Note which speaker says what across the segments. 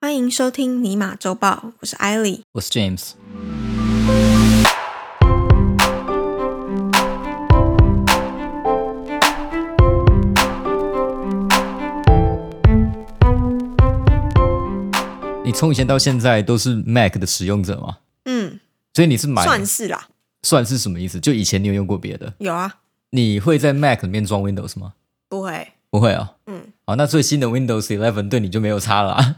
Speaker 1: 欢迎收听尼玛周报，我是艾莉。
Speaker 2: 我是 James。你从以前到现在都是 Mac 的使用者吗？
Speaker 1: 嗯，
Speaker 2: 所以你是买
Speaker 1: 算是啦，
Speaker 2: 算是什么意思？就以前你有用过别的？
Speaker 1: 有啊，
Speaker 2: 你会在 Mac 里面装 Windows 吗？
Speaker 1: 不会，
Speaker 2: 不会啊、
Speaker 1: 嗯，
Speaker 2: 好，那最新的 Windows 11对你就没有差了、啊。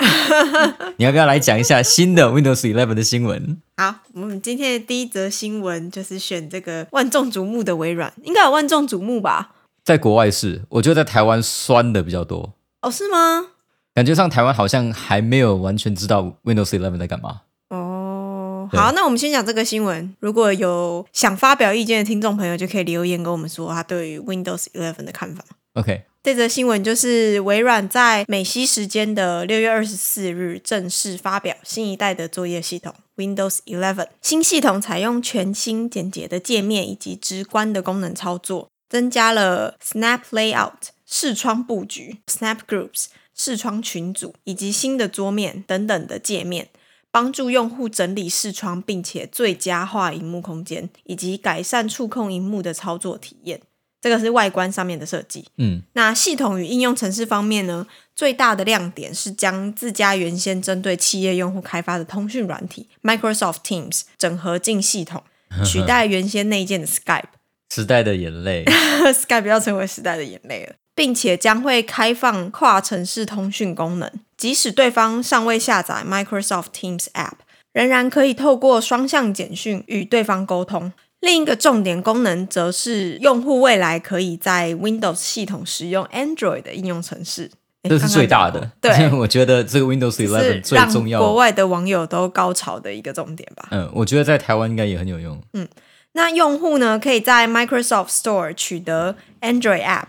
Speaker 2: 你要不要来讲一下新的 Windows 11的新闻？
Speaker 1: 好，我们今天的第一则新闻就是选这个万众瞩目的微软，应该有万众瞩目吧？
Speaker 2: 在国外是，我觉得在台湾酸的比较多。
Speaker 1: 哦，是吗？
Speaker 2: 感觉上台湾好像还没有完全知道 Windows 11在干嘛。
Speaker 1: 哦，
Speaker 2: 对
Speaker 1: 好，那我们先讲这个新闻。如果有想发表意见的听众朋友，就可以留言跟我们说他对于 Windows 11的看法。
Speaker 2: OK，
Speaker 1: 这则新闻就是微软在美西时间的六月二十四日正式发表新一代的作业系统 Windows 11。新系统采用全新简洁的界面以及直观的功能操作，增加了 Snap Layout 视窗布局、Snap Groups 视窗群组以及新的桌面等等的界面。帮助用户整理视窗，并且最佳化荧幕空间，以及改善触控荧幕的操作体验。这个是外观上面的设计。
Speaker 2: 嗯，
Speaker 1: 那系统与应用程式方面呢，最大的亮点是将自家原先针对企业用户开发的通讯软体 Microsoft Teams 整合进系统，取代原先内建的 Skype。
Speaker 2: 时代的眼 泪。
Speaker 1: Skype 要成为时代的眼泪了，并且将会开放跨城市通讯功能，即使对方尚未下载 Microsoft Teams App，仍然可以透过双向简讯与对方沟通。另一个重点功能则是，用户未来可以在 Windows 系统使用 Android 的应用程式，诶
Speaker 2: 这是最大的，
Speaker 1: 刚刚讲过
Speaker 2: 我觉得这个 Windows
Speaker 1: 对，是
Speaker 2: 11最
Speaker 1: 让
Speaker 2: 重
Speaker 1: 国
Speaker 2: 要。
Speaker 1: 外的网友都高潮的一个重点吧。
Speaker 2: 嗯，我觉得在台湾应该也很有用。
Speaker 1: 嗯那用户呢，可以在 Microsoft Store 取得 Android App，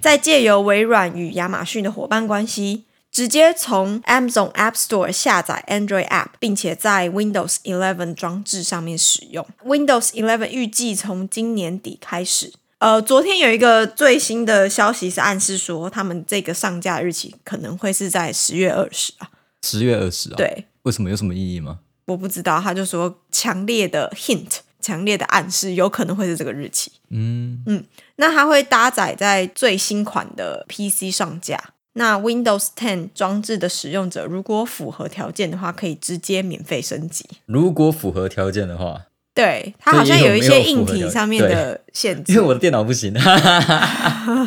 Speaker 1: 再借由微软与亚马逊的伙伴关系，直接从 Amazon App Store 下载 Android App，并且在 Windows 11装置上面使用。Windows 11预计从今年底开始。呃，昨天有一个最新的消息是暗示说，他们这个上架日期可能会是在十月二十啊。
Speaker 2: 十月二十啊，，
Speaker 1: 对，
Speaker 2: 为什么有什么意义吗？
Speaker 1: 我不知道，他就说强烈的 hint，强烈的暗示，有可能会是这个日期。
Speaker 2: 嗯，
Speaker 1: 那它会搭载在最新款的 PC 上架。那 Windows 10装置的使用者，如果符合条件的话，可以直接免费升级。
Speaker 2: 如果符合条件的话，
Speaker 1: 对，它好像有一
Speaker 2: 这
Speaker 1: 些
Speaker 2: 也有
Speaker 1: 硬
Speaker 2: 没有符合条
Speaker 1: 体
Speaker 2: 件
Speaker 1: 上面的限
Speaker 2: 因为
Speaker 1: 制。
Speaker 2: 我的电脑 不行。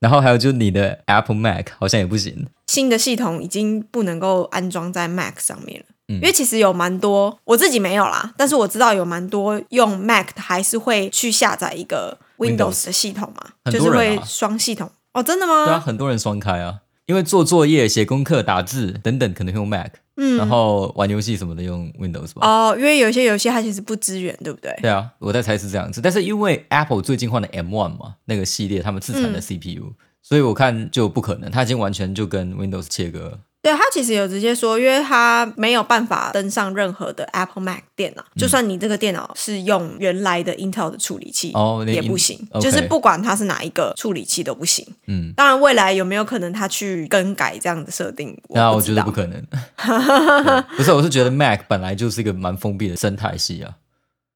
Speaker 2: 然后还有就是你的 Apple Mac 好像也不行。
Speaker 1: 新的系统已经不能够安装在 Mac 上面了，
Speaker 2: 嗯
Speaker 1: 因为其实有蛮多我自己没有啦，但是我知道有蛮多用 Mac 的还是会去下载一个 Windows 的系统嘛，
Speaker 2: 很
Speaker 1: 就是
Speaker 2: 多人啊
Speaker 1: 会双系统。哦，真的吗？
Speaker 2: 对啊，很多人双开啊，因为做作业、写功课、打字等等可能用 Mac，
Speaker 1: 嗯
Speaker 2: 然后玩游戏什么的用 Windows 吧。
Speaker 1: 哦，因为有一些游戏它其实不支援，对不对？
Speaker 2: 对啊，我在猜是这样子，但是因为 Apple 最近换了 M1 嘛，那个系列他们自产的
Speaker 1: 嗯
Speaker 2: CPU，、所以我看就不可能，它已经完全就跟 Windows 切割了。
Speaker 1: 对他其实有直接说，因为他没有办法登上任何的 Apple Mac 电脑，
Speaker 2: 嗯
Speaker 1: 就算你这个电脑是用原来的 Intel 的处理器，
Speaker 2: 哦
Speaker 1: 也
Speaker 2: 连
Speaker 1: 不
Speaker 2: in-
Speaker 1: 行，
Speaker 2: OK
Speaker 1: 就是不管它是哪一个处理器都不行。
Speaker 2: 嗯，
Speaker 1: 当然，未来有没有可能他去更改这样的设定？
Speaker 2: 那
Speaker 1: 我
Speaker 2: 我
Speaker 1: 不知
Speaker 2: 觉得
Speaker 1: 道
Speaker 2: 不可 能。对不是，我是觉得 Mac 本来就是一个蛮封闭的生态系啊。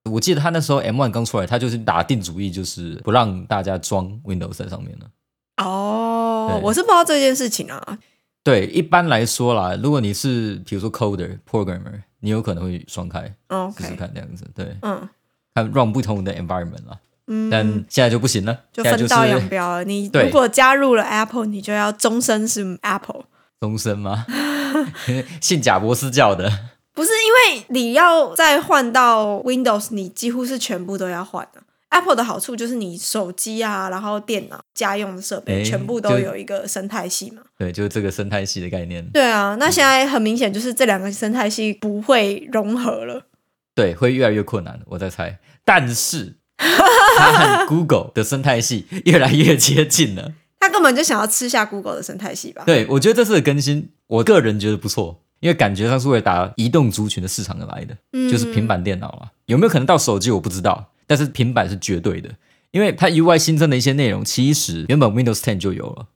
Speaker 2: 我记得他那时候 M1 刚出来，他就是打定主意，就是不让大家装 Windows 在上面了。
Speaker 1: 哦
Speaker 2: 对，
Speaker 1: 我是不知道这件事情啊。
Speaker 2: 对，一般来说啦，如果你是比如说 coder、programmer，你有可能会双开
Speaker 1: 哦
Speaker 2: 试试
Speaker 1: OK，
Speaker 2: 看这样子。对，
Speaker 1: 嗯
Speaker 2: 看 run 不同的 environment 啦。但
Speaker 1: 嗯，
Speaker 2: 现在就不行了，
Speaker 1: 就
Speaker 2: 现在
Speaker 1: 分
Speaker 2: 就
Speaker 1: 道扬
Speaker 2: 是
Speaker 1: 镳了。你
Speaker 2: 对
Speaker 1: 如果加入了 Apple，你就要终身是 Apple。
Speaker 2: 终身吗？ 信贾博士教的，
Speaker 1: 不是因为你要再换到 Windows，你几乎是全部都要换的、Apple 的好处就是你手机啊，然后电脑、家用的设备、
Speaker 2: 哎
Speaker 1: 全部都
Speaker 2: 就
Speaker 1: 有一个生态系嘛。
Speaker 2: 对，就是这个生态系的概念，
Speaker 1: 对啊，那现在很明显就是这两个生态系不会融合了。
Speaker 2: 对，会越来越困难，我在猜。但是它和 Google 的生态系越来越接近了，
Speaker 1: 他根本就想要吃下 Google 的生态系吧？
Speaker 2: 对我觉得这次的更新，我个人觉得不错，因为感觉上是为了打移动族群的市场而来的，
Speaker 1: 嗯
Speaker 2: 就是平板电脑了。有没有可能到手机我不知道，但是平板是绝对的，因为它 UI 新增的一些内容，其实原本 Windows 10就有了。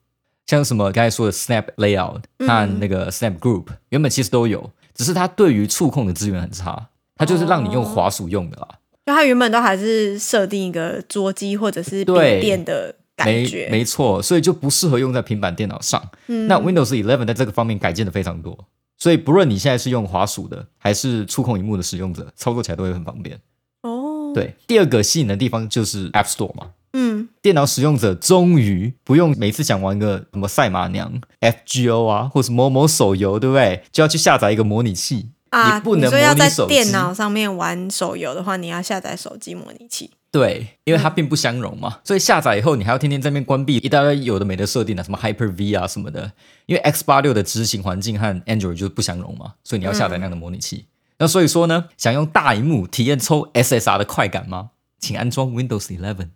Speaker 2: 像什么刚才说的 Snap Layout
Speaker 1: 嗯
Speaker 2: 和那个 Snap Group，、原本其实都有，只是它对于触控的资源很差，它就是让
Speaker 1: 哦
Speaker 2: 你用滑鼠用的啦。
Speaker 1: 就它原本都还是设定一个桌机或者是笔
Speaker 2: 对
Speaker 1: 电的感
Speaker 2: 没
Speaker 1: 觉，嗯
Speaker 2: 没错，所以就不适合用在平板电脑上。那 Windows 11在这个方面改进的非常多，所以不论你现在是用滑鼠的还是触控荧幕的使用者，操作起来都会很方便。
Speaker 1: 哦，，
Speaker 2: 对，第二个吸引的地方就是 App Store 嘛，
Speaker 1: 嗯，
Speaker 2: 电脑使用者终于不用每次想玩个什么赛马娘、FGO 啊，或是某某手游，对不对？就要去下载一个模拟器，
Speaker 1: 啊，
Speaker 2: 你不能
Speaker 1: 说要
Speaker 2: 模
Speaker 1: 在
Speaker 2: 拟手机
Speaker 1: 电脑上面玩手游的话，你要下载手机模拟器。
Speaker 2: 对，因为它并不相容嘛，
Speaker 1: 嗯
Speaker 2: 所以下载以后你还要天天在那边关闭一大堆有的没的设定啊，什么 Hyper V 啊什么的，因为 X 八六的执行环境和 Android 就是不相容嘛，所以你要下载那样的模拟
Speaker 1: 嗯
Speaker 2: 器。那所以说呢，想用大荧幕体验抽 SSR 的快感吗？请安装 Windows 11。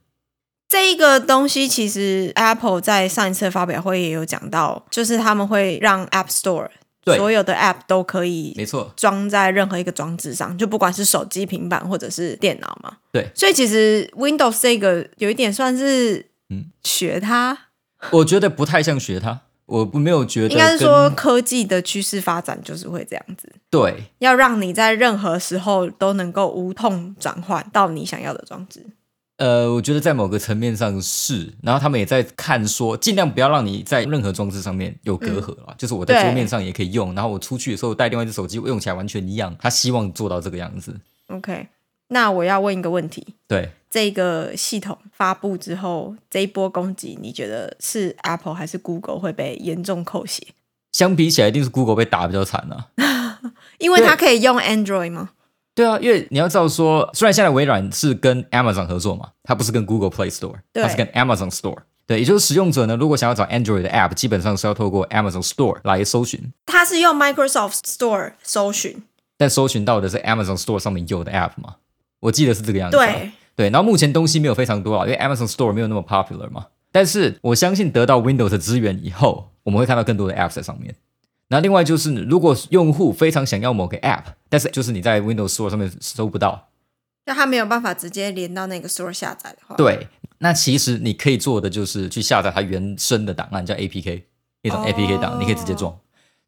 Speaker 1: 这一个东西其实 Apple 在上一次的发表会也有讲到，就是他们会让 App Store
Speaker 2: 对
Speaker 1: 所有的 App 都可
Speaker 2: 没
Speaker 1: 以
Speaker 2: 错，
Speaker 1: 装在任何一个装置上，就不管是手机、平板或者是电脑嘛。
Speaker 2: 对
Speaker 1: 所以其实 Windows 这个有一点算是
Speaker 2: 嗯
Speaker 1: 学它，
Speaker 2: 我觉得不太像学它，我不没有觉得
Speaker 1: 应该是
Speaker 2: 跟
Speaker 1: 说科技的趋势发展就是会这样子，
Speaker 2: 对，
Speaker 1: 要让你在任何时候都能够无痛转换到你想要的装置。
Speaker 2: 呃，我觉得在某个层面上是，然后他们也在看说，尽量不要让你在任何装置上面有隔阂啦，就是我在桌
Speaker 1: 嗯对
Speaker 2: 面上也可以用，然后我出去的时候带另外一只手机，我用起来完全一样。他希望做到这个样子，
Speaker 1: OK，那我要问一个问题，
Speaker 2: 对，
Speaker 1: 这个系统发布之后，这一波攻击，你觉得是 Apple 还是 Google 会被严重扣血？
Speaker 2: 相比起来，一定是 Google 被打比较惨啊。
Speaker 1: 因为
Speaker 2: 对
Speaker 1: 它可以用 Android 吗？
Speaker 2: 对啊，因为你要知道说，虽然现在微软是跟 Amazon 合作嘛，它不是跟 Google Play Store，
Speaker 1: 对
Speaker 2: 它是跟 Amazon Store。对，也就是使用者呢，如果想要找 Android 的 App，基本上是要透过 Amazon Store 来搜寻，
Speaker 1: 它是用 Microsoft Store 搜寻，
Speaker 2: 但搜寻到的是 Amazon Store 上面有的 App 嘛？我记得是这个样子啊、
Speaker 1: 对
Speaker 2: 对，然后目前东西没有非常多啊，因为 Amazon Store 没有那么 popular 嘛。但是我相信得到 Windows 的资源以后，我们会看到更多的 App 在上面。那另外就是，如果用户非常想要某个 App，但是就是你在 Windows Store 上面搜不到，
Speaker 1: 那它没有办法直接连到那个 Store 下载的话，，
Speaker 2: 对，那其实你可以做的就是去下载它原生的档案，叫 APK 一种
Speaker 1: 哦
Speaker 2: APK 档，你可以直接装。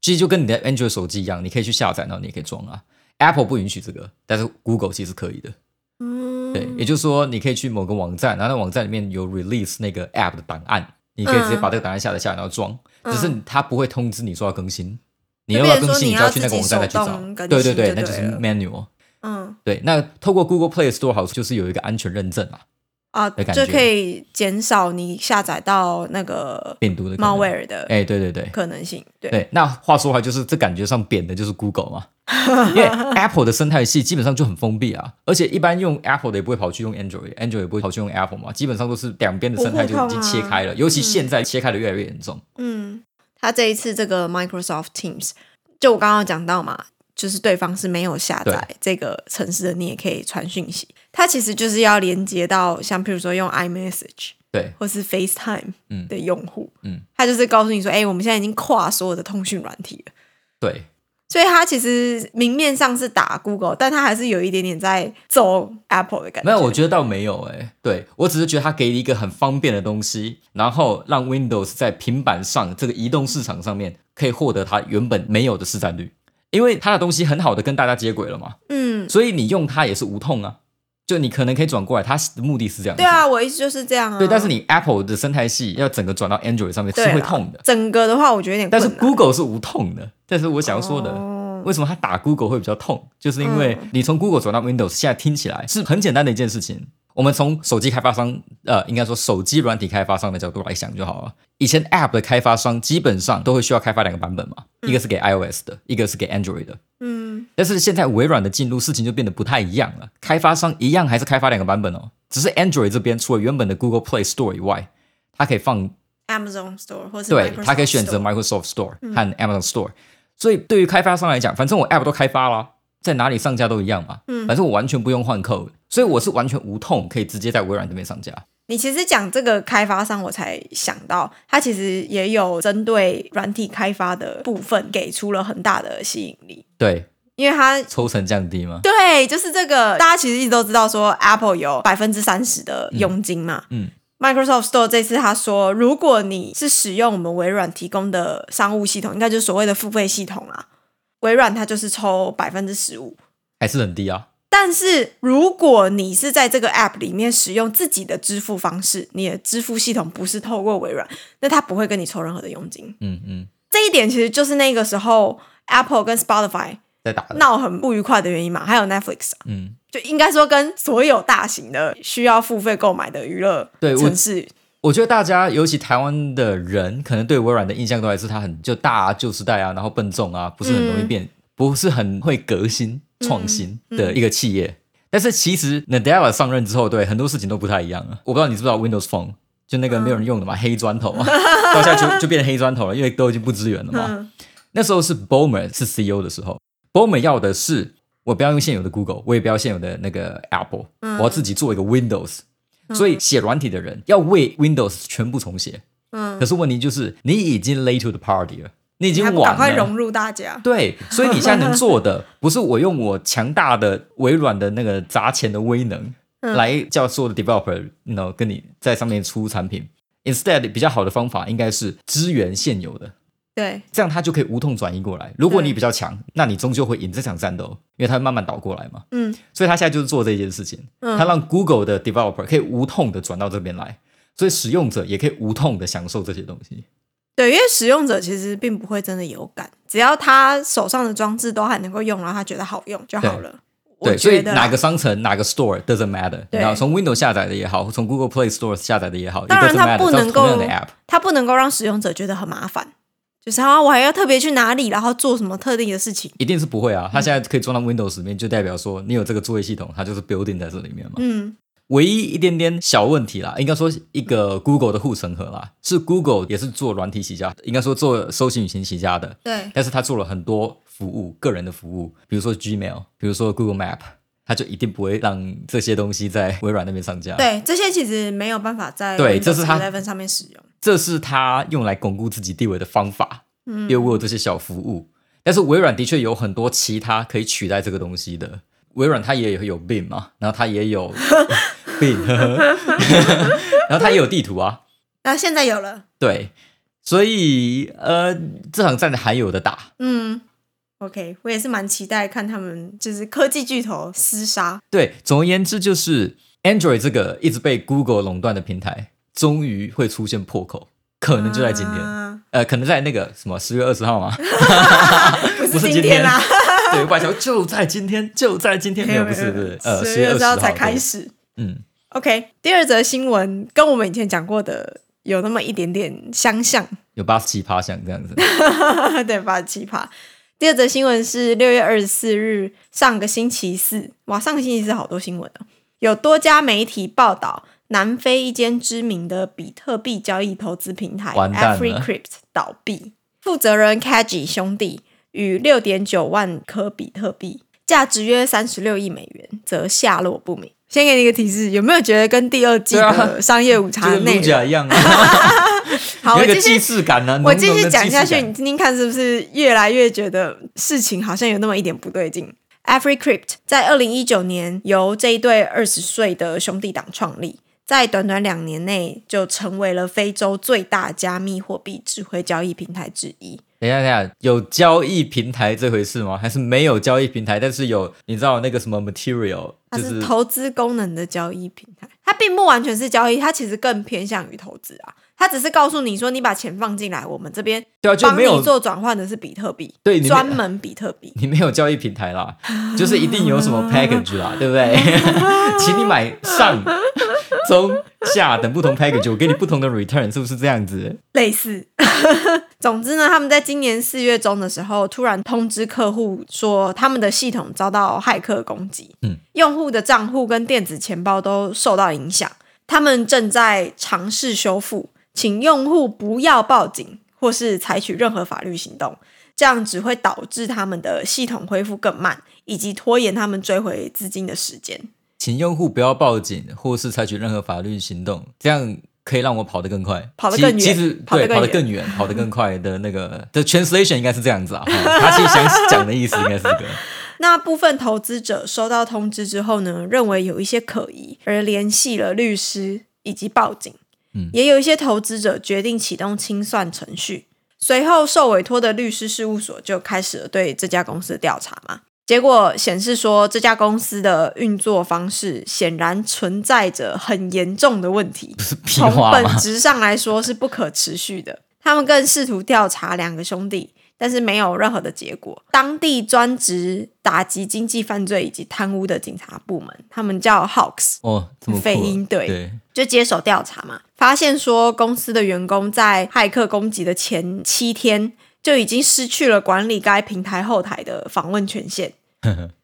Speaker 2: 其实就跟你的 Android 手机一样，你可以去下载，然后你也可以装啊。Apple 不允许这个，但是 Google 其实可以的。
Speaker 1: 嗯，
Speaker 2: 对，也就是说，你可以去某个网站，然后那网站里面有 release 那个 app 的档案，你可以直接把这个档案下载下来，然后装。只是它不会通知你说要更新，你要不要更
Speaker 1: 嗯就变成说
Speaker 2: 新，
Speaker 1: 你
Speaker 2: 就要去那个网站再去
Speaker 1: 要自己
Speaker 2: 找
Speaker 1: 手动。更
Speaker 2: 对
Speaker 1: 新
Speaker 2: 对
Speaker 1: 就对
Speaker 2: 对，
Speaker 1: 了
Speaker 2: 那就是 manual。
Speaker 1: 嗯
Speaker 2: 对，那透过 Google Play Store 好处就是有一个安全认证啊，
Speaker 1: 啊，
Speaker 2: 的感觉
Speaker 1: 就可以减少你下载到那个
Speaker 2: 病毒的可能。
Speaker 1: malware 的
Speaker 2: 哎，对对对
Speaker 1: 可能性。对，
Speaker 2: 对。那话说回来，就是这感觉上扁的就是 Google 嘛， 因为 Apple 的生态系基本上就很封闭啊，而且一般用 Apple 的也不会跑去用 Android，Android 也不会跑去用 Apple 嘛，基本上都是两边的生态就已经切开了，尤其现在切开的越来越严重。
Speaker 1: 嗯，他这一次这个 Microsoft Teams，就我刚刚有讲到嘛，就是对方是没有下载这个城市的，你也可以传讯息。它其实就是要连接到像譬如说用 iMessage
Speaker 2: 对，
Speaker 1: 或是 FaceTime
Speaker 2: 嗯
Speaker 1: 的用户，
Speaker 2: 嗯，
Speaker 1: 它就是告诉你说，哎、我们现在已经跨所有的通讯软体了。
Speaker 2: 对，
Speaker 1: 所以它其实明面上是打 Google，但它还是有一点点在走 Apple 的感觉。
Speaker 2: 没有，我觉得倒没有哎、对我只是觉得它给了一个很方便的东西，然后让 Windows 在平板上这个移动市场上面可以获得它原本没有的市占率，因为它的东西很好的跟大家接轨了嘛，
Speaker 1: 嗯，
Speaker 2: 所以你用它也是无痛啊，就你可能可以转过来，它的目的是这样子。
Speaker 1: 对啊，我意思就是这样啊。
Speaker 2: 对但是你 Apple 的生态系要整个转到 Android 上面是
Speaker 1: 对啦
Speaker 2: 会痛的，
Speaker 1: 整个的话，我觉得有点
Speaker 2: 但
Speaker 1: 困
Speaker 2: 是
Speaker 1: 难。
Speaker 2: Google 是无痛的。这是我想要说的。
Speaker 1: 哦嗯
Speaker 2: 为什么它打 Google 会比较痛？就是因为你从 Google 转到 Windows，现在听起来是很简单的一件事情。我们从手机开发商，呃，应该说手机软体开发商的角度来想就好了。以前 App 的开发商基本上都会需要开发两个版本嘛，一个是给 iOS 的，一个是给 Android 的。
Speaker 1: 嗯，
Speaker 2: 但是现在微软的进入，事情就变得不太一样了。开发商一样还是开发两个版本哦，只是 Android 这边除了原本的 Google Play Store 以外，它可以放
Speaker 1: Amazon Store 或是
Speaker 2: 对
Speaker 1: Microsoft，
Speaker 2: 它可以选择
Speaker 1: Store 嗯
Speaker 2: Microsoft Store 和 Amazon Store。所以对于开发商来讲，反正我 App 都开发了，在哪里上架都一样嘛。
Speaker 1: 嗯
Speaker 2: 反正我完全不用换 code，所以我是完全无痛，可以直接在微软这边上架。
Speaker 1: 你其实讲这个开发商，我才想到，它其实也有针对软体开发的部分给出了很大的吸引力，
Speaker 2: 对，
Speaker 1: 因为它
Speaker 2: 抽成降低吗？
Speaker 1: 对，就是这个，大家其实一直都知道说 Apple 有百分之三十的佣金嘛，
Speaker 2: 嗯嗯
Speaker 1: Microsoft Store 这次他说，如果你是使用我们微软提供的商务系统，应该就是所谓的付费系统啦。微软它就是抽百分之十五，
Speaker 2: 还是很低啊。
Speaker 1: 但是如果你是在这个 App 里面使用自己的支付方式，你的支付系统不是透过微软，那它不会跟你抽任何的佣金。
Speaker 2: 嗯嗯，
Speaker 1: 这一点其实就是那个时候 Apple 跟 Spotify
Speaker 2: 在打的。
Speaker 1: 闹很不愉快的原因嘛，还有 Netflix 啊、
Speaker 2: 嗯，
Speaker 1: 就应该说跟所有大型的需要付费购买的娱乐
Speaker 2: 对我
Speaker 1: 城市
Speaker 2: 我觉得大家，尤其台湾的人，可能对微软的印象都还是它很就大啊、旧时代啊，然后笨重啊，不是很容易变，不是很会革新创新的一个企业。但是其实 Nadella 上任之后，对很多事情都不太一样啊了。我不知道你知不知道 Windows Phone，就那个没有人用的嘛， 黑砖头啊，到现在就就变成黑砖头了，因为都已经不支援了嘛。
Speaker 1: 嗯
Speaker 2: 那时候是 Bowman 是 CEO 的时候，Bowman 要的是我不要用现有的 Google，我也不要现有的那个 Apple，、我
Speaker 1: 嗯
Speaker 2: 要自己做一个 Windows。所以写软体的人要为 Windows 全部重写。
Speaker 1: 嗯，
Speaker 2: 可是问题就是你已经 late to the party 了，你已经
Speaker 1: 还不
Speaker 2: 晚
Speaker 1: 赶快
Speaker 2: 了。
Speaker 1: 融入大家。
Speaker 2: 对，所以你现在能做的不是我用我强大的微软的那个砸钱的威能、
Speaker 1: 嗯
Speaker 2: 来叫所有的 developer，你 know 跟你在上面出产品。Instead，比较好的方法应该是支援现有的，
Speaker 1: 对，
Speaker 2: 这样它就可以无痛转移过来。如果
Speaker 1: 对
Speaker 2: 你比较强，那你终究会赢这场战斗，因为它会慢慢倒过来嘛。
Speaker 1: 嗯，
Speaker 2: 所以他现在就是做这件事情，他让 Google 的 developer 可以无痛的转到这边来，所以使用者也可以无痛的享受这些东西。
Speaker 1: 对，因为使用者其实并不会真的有感，只要他手上的装置都还能够用，然后他觉得好用就好了。我
Speaker 2: 对，所以
Speaker 1: 觉得啦
Speaker 2: 哪个商城、哪个 store doesn't matter，
Speaker 1: 对
Speaker 2: 然后从 Windows 下载的也好，从 Google Play Store 下载的也好，
Speaker 1: 当然
Speaker 2: it doesn't
Speaker 1: 它
Speaker 2: matter，
Speaker 1: 不能
Speaker 2: 只要同样
Speaker 1: 够
Speaker 2: 的 app，
Speaker 1: 它不能够让使用者觉得很麻烦，就是啊，我还要特别去哪里，然后做什么特定的事情。
Speaker 2: 一定是不会啊。它现在可以装到 Windows 里面，就代表说你有这个作业系统，它就是 building 在这里面嘛。
Speaker 1: 嗯，
Speaker 2: 唯一一点点小问题啦，应该说一个 Google 的护城河啦，是 Google 也是做软体起家，应该说做搜寻引擎起家的，
Speaker 1: 对，
Speaker 2: 但是他做了很多服务，个人的服务，比如说 Gmail，比如说 Google Map，他就一定不会让这些东西在微软那边上架。，
Speaker 1: 对，这些其实没有办法在
Speaker 2: 对这是它
Speaker 1: Eleven 上面使用。
Speaker 2: 这是他用来巩固自己地位的方法。嗯，因为我有这些小服务，但是微软的确有很多其他可以取代这个东西的。微软它也有有 Bing 嘛，然后它也有 Bing，呵 呵然后它也有地图啊，
Speaker 1: 那、现在有了，
Speaker 2: 对，所以呃，这场战还有的打。
Speaker 1: 嗯，OK，我也是蛮期待看他们就是科技巨头厮杀。
Speaker 2: 对，总而言之，就是 Android 这个一直被 Google 垄断的平台，终于会出现破口，可能就在今天，
Speaker 1: 啊
Speaker 2: 呃，可能在那个什么十月二十号嘛，
Speaker 1: 不是
Speaker 2: 不是
Speaker 1: 今天
Speaker 2: 今天
Speaker 1: 啦，
Speaker 2: 对，外头就在今天，就在今天， 没有，不是，不是，呃，
Speaker 1: 十
Speaker 2: 十
Speaker 1: 月
Speaker 2: 月二
Speaker 1: 二
Speaker 2: 十
Speaker 1: 十
Speaker 2: 号
Speaker 1: 号才开
Speaker 2: 对，
Speaker 1: 始。
Speaker 2: 嗯，
Speaker 1: OK，第二则新闻跟我们以前讲过的有那么一点点相像，
Speaker 2: 有八十七趴像这 样子，
Speaker 1: 对吧？奇葩。第二则新闻是六月二十四日，上个星期四，哇，上个星期四好多新闻哦。有多家媒体报道，南非一间知名的比特币交易投资平台
Speaker 2: 完蛋了
Speaker 1: AfriCrypt 倒闭，负责人 Kaji 兄弟与六点九万颗比特币，价值约三十六亿美元，则下落不明。先给你一个提示，有没有觉得跟第二季
Speaker 2: 对啊
Speaker 1: 的商业午
Speaker 2: 就
Speaker 1: 茶
Speaker 2: 跟
Speaker 1: 内
Speaker 2: 卢
Speaker 1: 容？
Speaker 2: 甲一样啊，
Speaker 1: 好，我
Speaker 2: 有一
Speaker 1: 继
Speaker 2: 个既
Speaker 1: 续
Speaker 2: 视感呢，
Speaker 1: 我
Speaker 2: 浓
Speaker 1: 继
Speaker 2: 浓
Speaker 1: 续
Speaker 2: 的
Speaker 1: 讲
Speaker 2: 既
Speaker 1: 下
Speaker 2: 视
Speaker 1: 去，
Speaker 2: 感
Speaker 1: 你听听看是不是越来越觉得事情好像有那么一点不对劲？AfriCrypt 在二零一九年由这一对二十岁的兄弟党创立，在短短两年内就成为了非洲最大加密货币智慧交易平台之一。
Speaker 2: 等一下，等一下，有交易平台这回事吗？还是没有交易平台？但是有，你知道那个什么 material，
Speaker 1: 它
Speaker 2: 就是
Speaker 1: 投资功能的交易平台，它并不完全是交易，它其实更偏向于投资啊。它只是告诉你说，你把钱放进来，我们这边
Speaker 2: 对啊，就
Speaker 1: 帮
Speaker 2: 没有
Speaker 1: 你做转换的是比特币，
Speaker 2: 对你没
Speaker 1: 专门比特币。
Speaker 2: 你没有交易平台 啦，就是一定有什么 package 啦，对不对？请你买上、中、下等不同 package，我给你不同的 return，是不是这样子？
Speaker 1: 类似。 总之呢，他们在今年四月中的时候，突然通知客户说，他们的系统遭到骇客攻击，
Speaker 2: 嗯，
Speaker 1: 用户的账户跟电子钱包都受到影响，他们正在尝试修复，请用户不要报警或是采取任何法律行动，这样只会导致他们的系统恢复更慢，以及拖延他们追回资金的时间。
Speaker 2: 请用户不要报警，或是采取任何法律行动，这样可以让我跑得更快，
Speaker 1: 跑得更远
Speaker 2: 其其实
Speaker 1: 跑得
Speaker 2: 对，
Speaker 1: 更
Speaker 2: 跑得更远，跑得更快的那个 的 translation 应该是这样子啊。哈 他其实想讲的意思应该是这个。
Speaker 1: 那部分投资者收到通知之后呢，认为有一些可疑，而联系了律师以及报警，也有一些投资者决定启动清算程序。随后，受委托的律师事务所就开始了对这家公司的调查嘛。结果显示说，这家公司的运作方式显然存在着很严重的问题，
Speaker 2: 屁
Speaker 1: 从
Speaker 2: 话
Speaker 1: 本
Speaker 2: 吗？
Speaker 1: 质上来说是不可持续的。他们更试图调查两个兄弟，但是没有任何的结果。当地专职打击经济犯罪以及贪污的警察部门，他们叫 Hawks，
Speaker 2: 哦，这么酷啊
Speaker 1: 匪鹰队
Speaker 2: 对，
Speaker 1: 就接手调查嘛，发现说公司的员工在骇客攻击的前七天就已经失去了管理该平台后台的访问权限，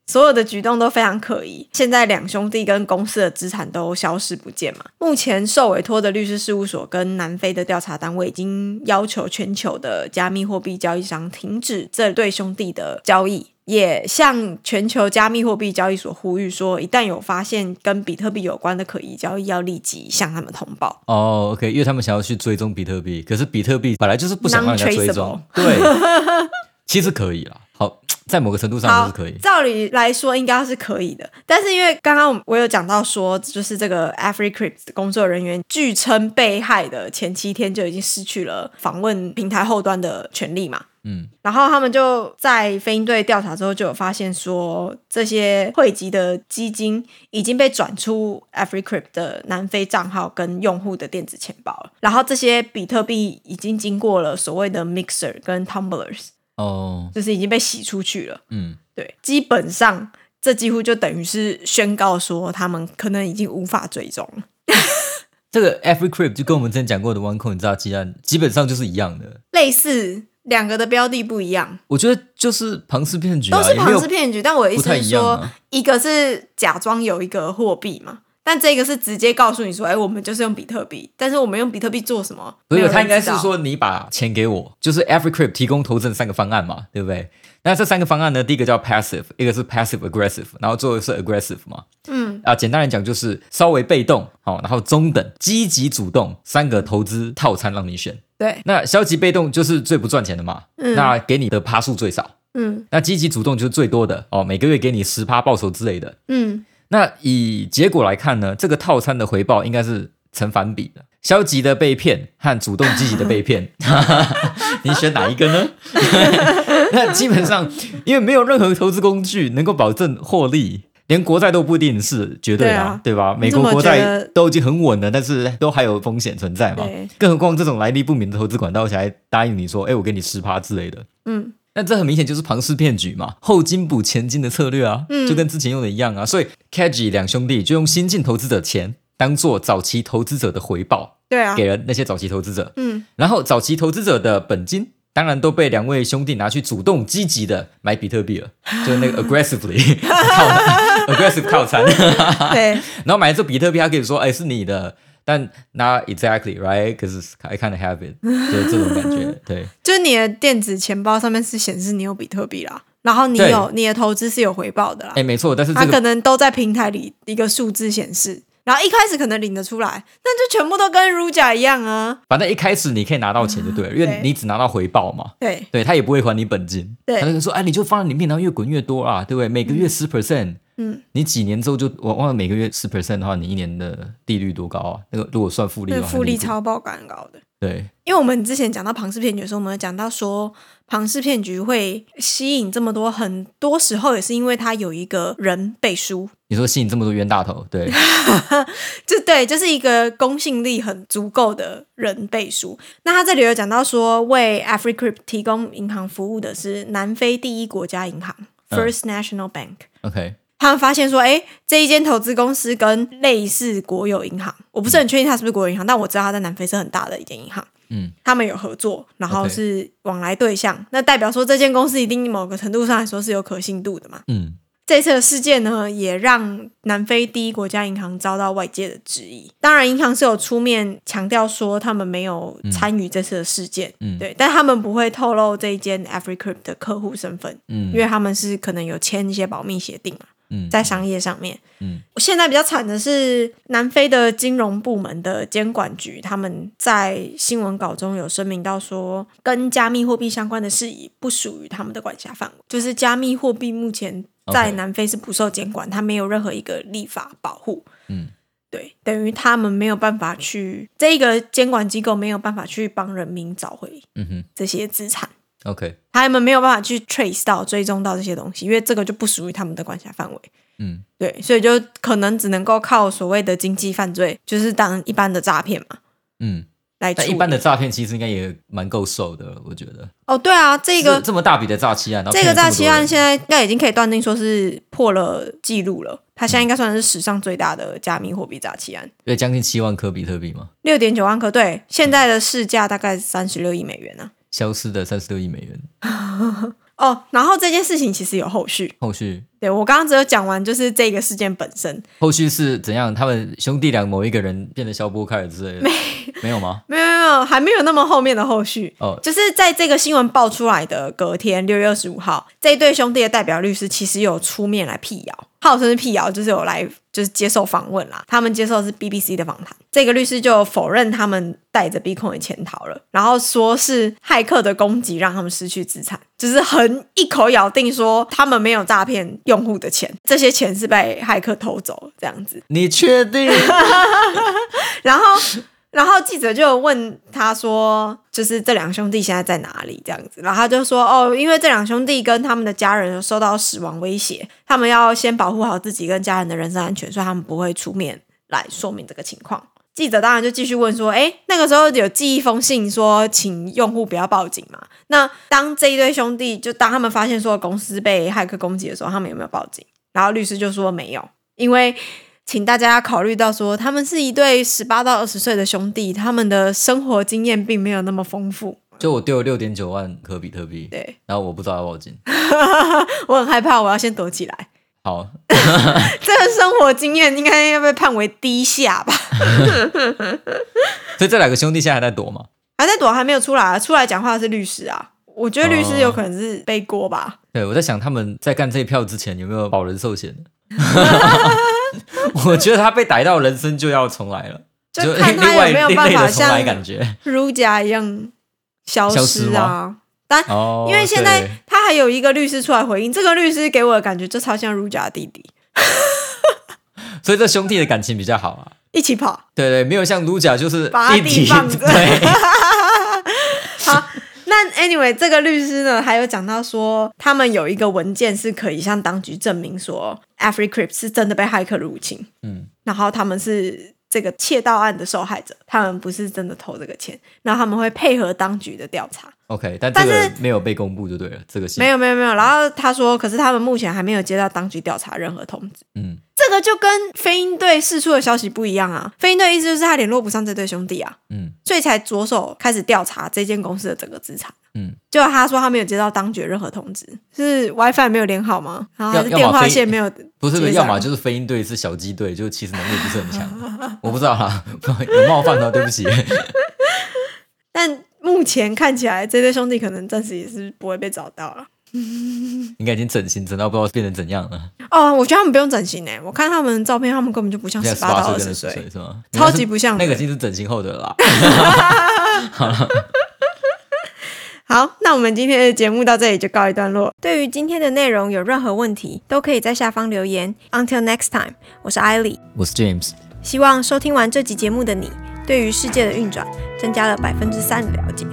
Speaker 1: 所有的举动都非常可疑。现在两兄弟跟公司的资产都消失不见嘛。目前受委托的律师事务所跟南非的调查单位已经要求全球的加密货币交易商停止这对兄弟的交易。也向全球加密货币交易所呼吁说，一旦有发现跟比特币有关的可疑交易，要立即向他们通报。
Speaker 2: 哦，OK，因为他们想要去追踪比特币，可是比特币本来就是不想让人家追踪
Speaker 1: Non-traceable，
Speaker 2: 对， 其实可以啦，好，在某个程度上都
Speaker 1: 好
Speaker 2: 是可以，
Speaker 1: 照理来说应该是可以的，但是因为刚刚我有讲到说，就是这个 AfriCrypt 的工作人员据称被害的前七天就已经失去了访问平台后端的权利嘛。
Speaker 2: 嗯，
Speaker 1: 然后他们就在飞鹰队调查之后，就有发现说，这些汇集的基金已经被转出 AfriCrypt 的南非账号跟用户的电子钱包了。然后这些比特币已经经过了所谓的 Mixer 跟 Tumblers，
Speaker 2: 哦，
Speaker 1: 就是已经被洗出去了。
Speaker 2: 嗯，
Speaker 1: 对，基本上这几乎就等于是宣告说他们可能已经无法追踪了。
Speaker 2: 这个 Every Crip 就跟我们之前讲过的 OneCoin 诈欺案基本上就是一样的，
Speaker 1: 类似两个的标的不一样，
Speaker 2: 我觉得就是庞氏骗局啊，
Speaker 1: 都是
Speaker 2: 也没有
Speaker 1: 庞氏骗局，但我的意
Speaker 2: 不
Speaker 1: 思
Speaker 2: 太
Speaker 1: 是
Speaker 2: 一样
Speaker 1: 说，
Speaker 2: 啊，
Speaker 1: 一个是假装有一个货币嘛。但这个是直接告诉你说，哎、我们就是用比特币，但是我们用比特币做什么？
Speaker 2: 不
Speaker 1: 没有
Speaker 2: 是，
Speaker 1: 人
Speaker 2: 他应该是
Speaker 1: 知道
Speaker 2: 说你把钱给我，就是 Every Crip 提供投资人三个方案嘛，对不对？那这三个方案呢，第一个叫 passive，一个是 passive aggressive，然后最后是 aggressive 嘛。嗯，啊，简单来讲就是稍微被动，好、然后中等、积极主动三个投资套餐让你选。
Speaker 1: 对，
Speaker 2: 那消极被动就是最不赚钱的嘛，
Speaker 1: 嗯
Speaker 2: 那给你的趴数最少。
Speaker 1: 嗯
Speaker 2: 那积极主动就是最多的哦，每个月给你十趴报酬之类的。
Speaker 1: 嗯，
Speaker 2: 那以结果来看呢，这个套餐的回报应该是成反比的。消极的被骗和主动积极的被骗， 你选哪一个呢？ 那基本上，因为没有任何投资工具能够保证获利，连国债都不一定是绝对
Speaker 1: 对
Speaker 2: 啊，
Speaker 1: 啊
Speaker 2: 对吧？美
Speaker 1: 怎么
Speaker 2: 国国
Speaker 1: 觉
Speaker 2: 债
Speaker 1: 得
Speaker 2: 都已经很稳了，但是都还有风险存在嘛
Speaker 1: 对。
Speaker 2: 更何况这种来历不明的投资管道，而且还答应你说，哎，我给你十趴之类的。
Speaker 1: 嗯，
Speaker 2: 那这很明显就是庞氏骗局嘛， 后金补前金的策略啊，
Speaker 1: 嗯
Speaker 2: 就跟之前用的一样啊。所以 k a g i 两兄弟就用新进投资者钱当做早期投资者的回报，
Speaker 1: 对啊
Speaker 2: 给，了那些早期投资者。
Speaker 1: 嗯，
Speaker 2: 然后早期投资者的本金，当然都被两位兄弟拿去主动积极的买比特 币了，就是那个 aggressively 套 aggressive 套餐。
Speaker 1: 对，
Speaker 2: 然后买了这比特币，他可以说，哎，是你的，但 not exactly right，可是 I kind of have it，就是这种感 觉。对，
Speaker 1: 就是你的电子钱包上面是显示你有比特币啦，然后你
Speaker 2: 对
Speaker 1: 有你的投资是有回报的啦。
Speaker 2: 哎，没错，但是
Speaker 1: 它
Speaker 2: 这个
Speaker 1: 可能都在平台里一个数字显示，然后一开始可能领得出来，那就全部都跟 r u j a 一样啊。
Speaker 2: 反正一开始你可以拿到钱就对了，因为
Speaker 1: 对
Speaker 2: 你只拿到回报嘛。
Speaker 1: 对，
Speaker 2: 对他也不会还你本金，
Speaker 1: 对
Speaker 2: 他就说，哎，你就放在里面，然后越滚越多啊，对不对？每个月十 percent，
Speaker 1: 嗯，
Speaker 2: 你几年之后就我忘了每个月十 percent 的话，你一年的利率多高啊？那个如果算复利
Speaker 1: 那
Speaker 2: 的
Speaker 1: 个
Speaker 2: 话，
Speaker 1: 复利
Speaker 2: 很离谱
Speaker 1: 超爆感高的。
Speaker 2: 对，
Speaker 1: 因为我们之前讲到庞氏骗局的时候，我们有讲到说，庞氏骗局会吸引这么多，很多时候也是因为它有一个人背书，
Speaker 2: 你说吸引这么多冤大头，对，
Speaker 1: 就对，就是一个公信力很足够的人背书。那他这里有讲到说，为 AfriCrypt 提供银行服务的是南非第一国家银行
Speaker 2: 嗯
Speaker 1: （First National Bank）。
Speaker 2: OK，
Speaker 1: 他们发现说，哎，这一间投资公司跟类似国有银行，我不是很确定它是不是国有银行，但我知道它在南非是很大的一间银行。
Speaker 2: 嗯，
Speaker 1: 他们有合作，然后
Speaker 2: OK
Speaker 1: 是往来对象那代表说这间公司一定某个程度上来说是有可信度的嘛。
Speaker 2: 嗯，
Speaker 1: 这次的事件呢，也让南非第一国家银行遭到外界的质疑。当然，银行是有出面强调说他们没有参与这次的事件，
Speaker 2: 嗯
Speaker 1: 对，但他们不会透露这一间 AfriCrypt 的客户身份，
Speaker 2: 嗯
Speaker 1: 因为他们是可能有签一些保密协定嘛，
Speaker 2: 嗯
Speaker 1: 在商业上面，
Speaker 2: 嗯，
Speaker 1: 现在比较惨的是南非的金融部门的监管局，他们在新闻稿中有声明到说，跟加密货币相关的事宜不属于他们的管辖范围，就是加密货币目前在
Speaker 2: OK
Speaker 1: 南非是不受监管，它没有任何一个立法保护，
Speaker 2: 嗯，
Speaker 1: 对，等于他们没有办法去，这个监管机构没有办法去帮人民找回
Speaker 2: 嗯哼
Speaker 1: 这些资产，
Speaker 2: ，OK，
Speaker 1: 他们没有办法去 trace 到、追踪到这些东西，因为这个就不属于他们的管辖范围。
Speaker 2: 嗯，
Speaker 1: 对，所以就可能只能够靠所谓的经济犯罪，就是当一般的诈骗嘛，
Speaker 2: 嗯，
Speaker 1: 来处
Speaker 2: 但
Speaker 1: 理。
Speaker 2: 一般的诈骗其实应该也蛮够受的，我觉得。
Speaker 1: 哦，对啊，这
Speaker 2: 这
Speaker 1: 个
Speaker 2: 这么大笔的诈欺案，然后
Speaker 1: 这
Speaker 2: 骗
Speaker 1: 个
Speaker 2: 了么
Speaker 1: 诈
Speaker 2: 多
Speaker 1: 欺案
Speaker 2: 人
Speaker 1: 现在应该已经可以断定说是破了记录了，它现在应该算是史上最大的加密货币诈欺案，
Speaker 2: 对将近七万颗比特币嘛，
Speaker 1: 六点九万颗，对，现在的市价大概三十六亿美元呢、
Speaker 2: 消失的三十六亿美元，
Speaker 1: 啊。哦，然后这件事情其实有后续，
Speaker 2: 后续
Speaker 1: 对我刚刚只有讲完就是这个事件本身，
Speaker 2: 后续是怎样？他们兄弟俩某一个人变得消波开尔之类的，没没有吗？
Speaker 1: 没有没有没有，还没有那么后面的后续。
Speaker 2: 哦
Speaker 1: 就是在这个新闻爆出来的隔天，六月二十五号，这一对兄弟的代表律师其实有出面来辟谣，号称是辟谣，就是有来就是接受访问啦。他们接受的是 BBC 的访谈，这个律师就否认他们带着 Bitcoin 潜逃了，然后说是骇客的攻击让他们失去资产，就是很一口咬定说他们没有诈骗用户的钱，这些钱是被骇客偷走这样子。
Speaker 2: 你 确定？
Speaker 1: 然后，然后记者就问他说，就是这两兄弟现在在哪里？这样子，然后他就说，哦，因为这两兄弟跟他们的家人有受到死亡威胁，他们要先保护好自己跟家人的人身安全，所以他们不会出面来说明这个情况。记者当然就继续问说，诶，那个时候有寄一封信说，请用户不要报警嘛？那当这一对兄弟，就当他们发现说哦公司被骇客攻击的时候，他们有没有报警？然后律师就说没有，因为请大家考虑到说，他们是一对十八到二十岁的兄弟，他们的生活经验并没有那么丰富。
Speaker 2: 就我丢了六点九万颗比特币，
Speaker 1: 对
Speaker 2: 然后我不知道要报警。
Speaker 1: 我很害怕，我要先躲起来。
Speaker 2: 好，
Speaker 1: 这个生活经验应该要被判为低下吧？
Speaker 2: 所以这两个兄弟现在还在躲嘛？
Speaker 1: 还在躲，还没有出来啊，出来讲话的是律师啊。我觉得律师有可能是背锅吧。
Speaker 2: 对，我在想他们在干这一票之前有没有保人 寿险？我觉得他被逮到，人生就要重来了，
Speaker 1: 就
Speaker 2: 哦就
Speaker 1: 看他
Speaker 2: 另外
Speaker 1: 有没有
Speaker 2: 另
Speaker 1: 办
Speaker 2: 类
Speaker 1: 法
Speaker 2: 的重来
Speaker 1: 像
Speaker 2: 感觉。
Speaker 1: 如家一样消
Speaker 2: 消失
Speaker 1: 失啊
Speaker 2: 吗。
Speaker 1: 但
Speaker 2: 哦，
Speaker 1: 因为现
Speaker 2: 对
Speaker 1: 在他还有一个律师出来回应，这个律师给我的感觉就超像如家的弟弟，
Speaker 2: 所以这兄弟的感情比较好啊。
Speaker 1: 一起跑。
Speaker 2: 对对，没有像卢甲就是
Speaker 1: 把他
Speaker 2: 弟
Speaker 1: 地
Speaker 2: 弟
Speaker 1: 放着
Speaker 2: 对，
Speaker 1: 好，那 anyway，这个律师呢，还有讲到说，他们有一个文件是可以向当局证明说 a f r i c r i p 是真的被骇客入侵，
Speaker 2: 嗯，
Speaker 1: 然后他们是这个窃盗案的受害者，他们不是真的偷这个钱，然后他们会配合当局的调查。
Speaker 2: OK，但
Speaker 1: 但
Speaker 2: 这
Speaker 1: 是
Speaker 2: 个没有被公布就对了，这个信
Speaker 1: 没有，没有，没有。然后他说，可是他们目前还没有接到当局调查任何通知。
Speaker 2: 嗯，
Speaker 1: 这个就跟飞鹰队释出的消息不一样啊！飞鹰队意思就是他联络不上这对兄弟啊，
Speaker 2: 嗯
Speaker 1: 所以才着手开始调查这间公司的整个资产。
Speaker 2: 嗯，
Speaker 1: 就他说他没有接到当局任何通知，是 WiFi 没有连好吗？然后还是
Speaker 2: 要
Speaker 1: 电话线没有？
Speaker 2: 不是，不
Speaker 1: 接
Speaker 2: 是，
Speaker 1: 着
Speaker 2: 要么就是飞鹰队是小鸡队，就其实能力不是很强， 我不知道啦，不好意思有冒犯到，对不起。
Speaker 1: 但目前看起来，这对兄弟可能暂时也是不会被找到了。
Speaker 2: 应该已经整形整到不知道变成怎样了，
Speaker 1: 哦，我觉得他们不用整形诶、我看他们的照片，他们根本就不像
Speaker 2: 现在
Speaker 1: 十
Speaker 2: 十
Speaker 1: 八
Speaker 2: 八
Speaker 1: 到
Speaker 2: 岁
Speaker 1: 二
Speaker 2: 变
Speaker 1: 十
Speaker 2: 成十岁
Speaker 1: 岁。
Speaker 2: 是吗？
Speaker 1: 超级不像的
Speaker 2: 那个已经是整形后的了啦。
Speaker 1: 好，那我们今天的节目到这里就告一段落。对于今天的内容有任何问题，都可以在下方留言。Until next time，我是艾莉。
Speaker 2: 我是 James，
Speaker 1: 希望收听完这集节目的你，对于世界的运转增加了百分之三的了解。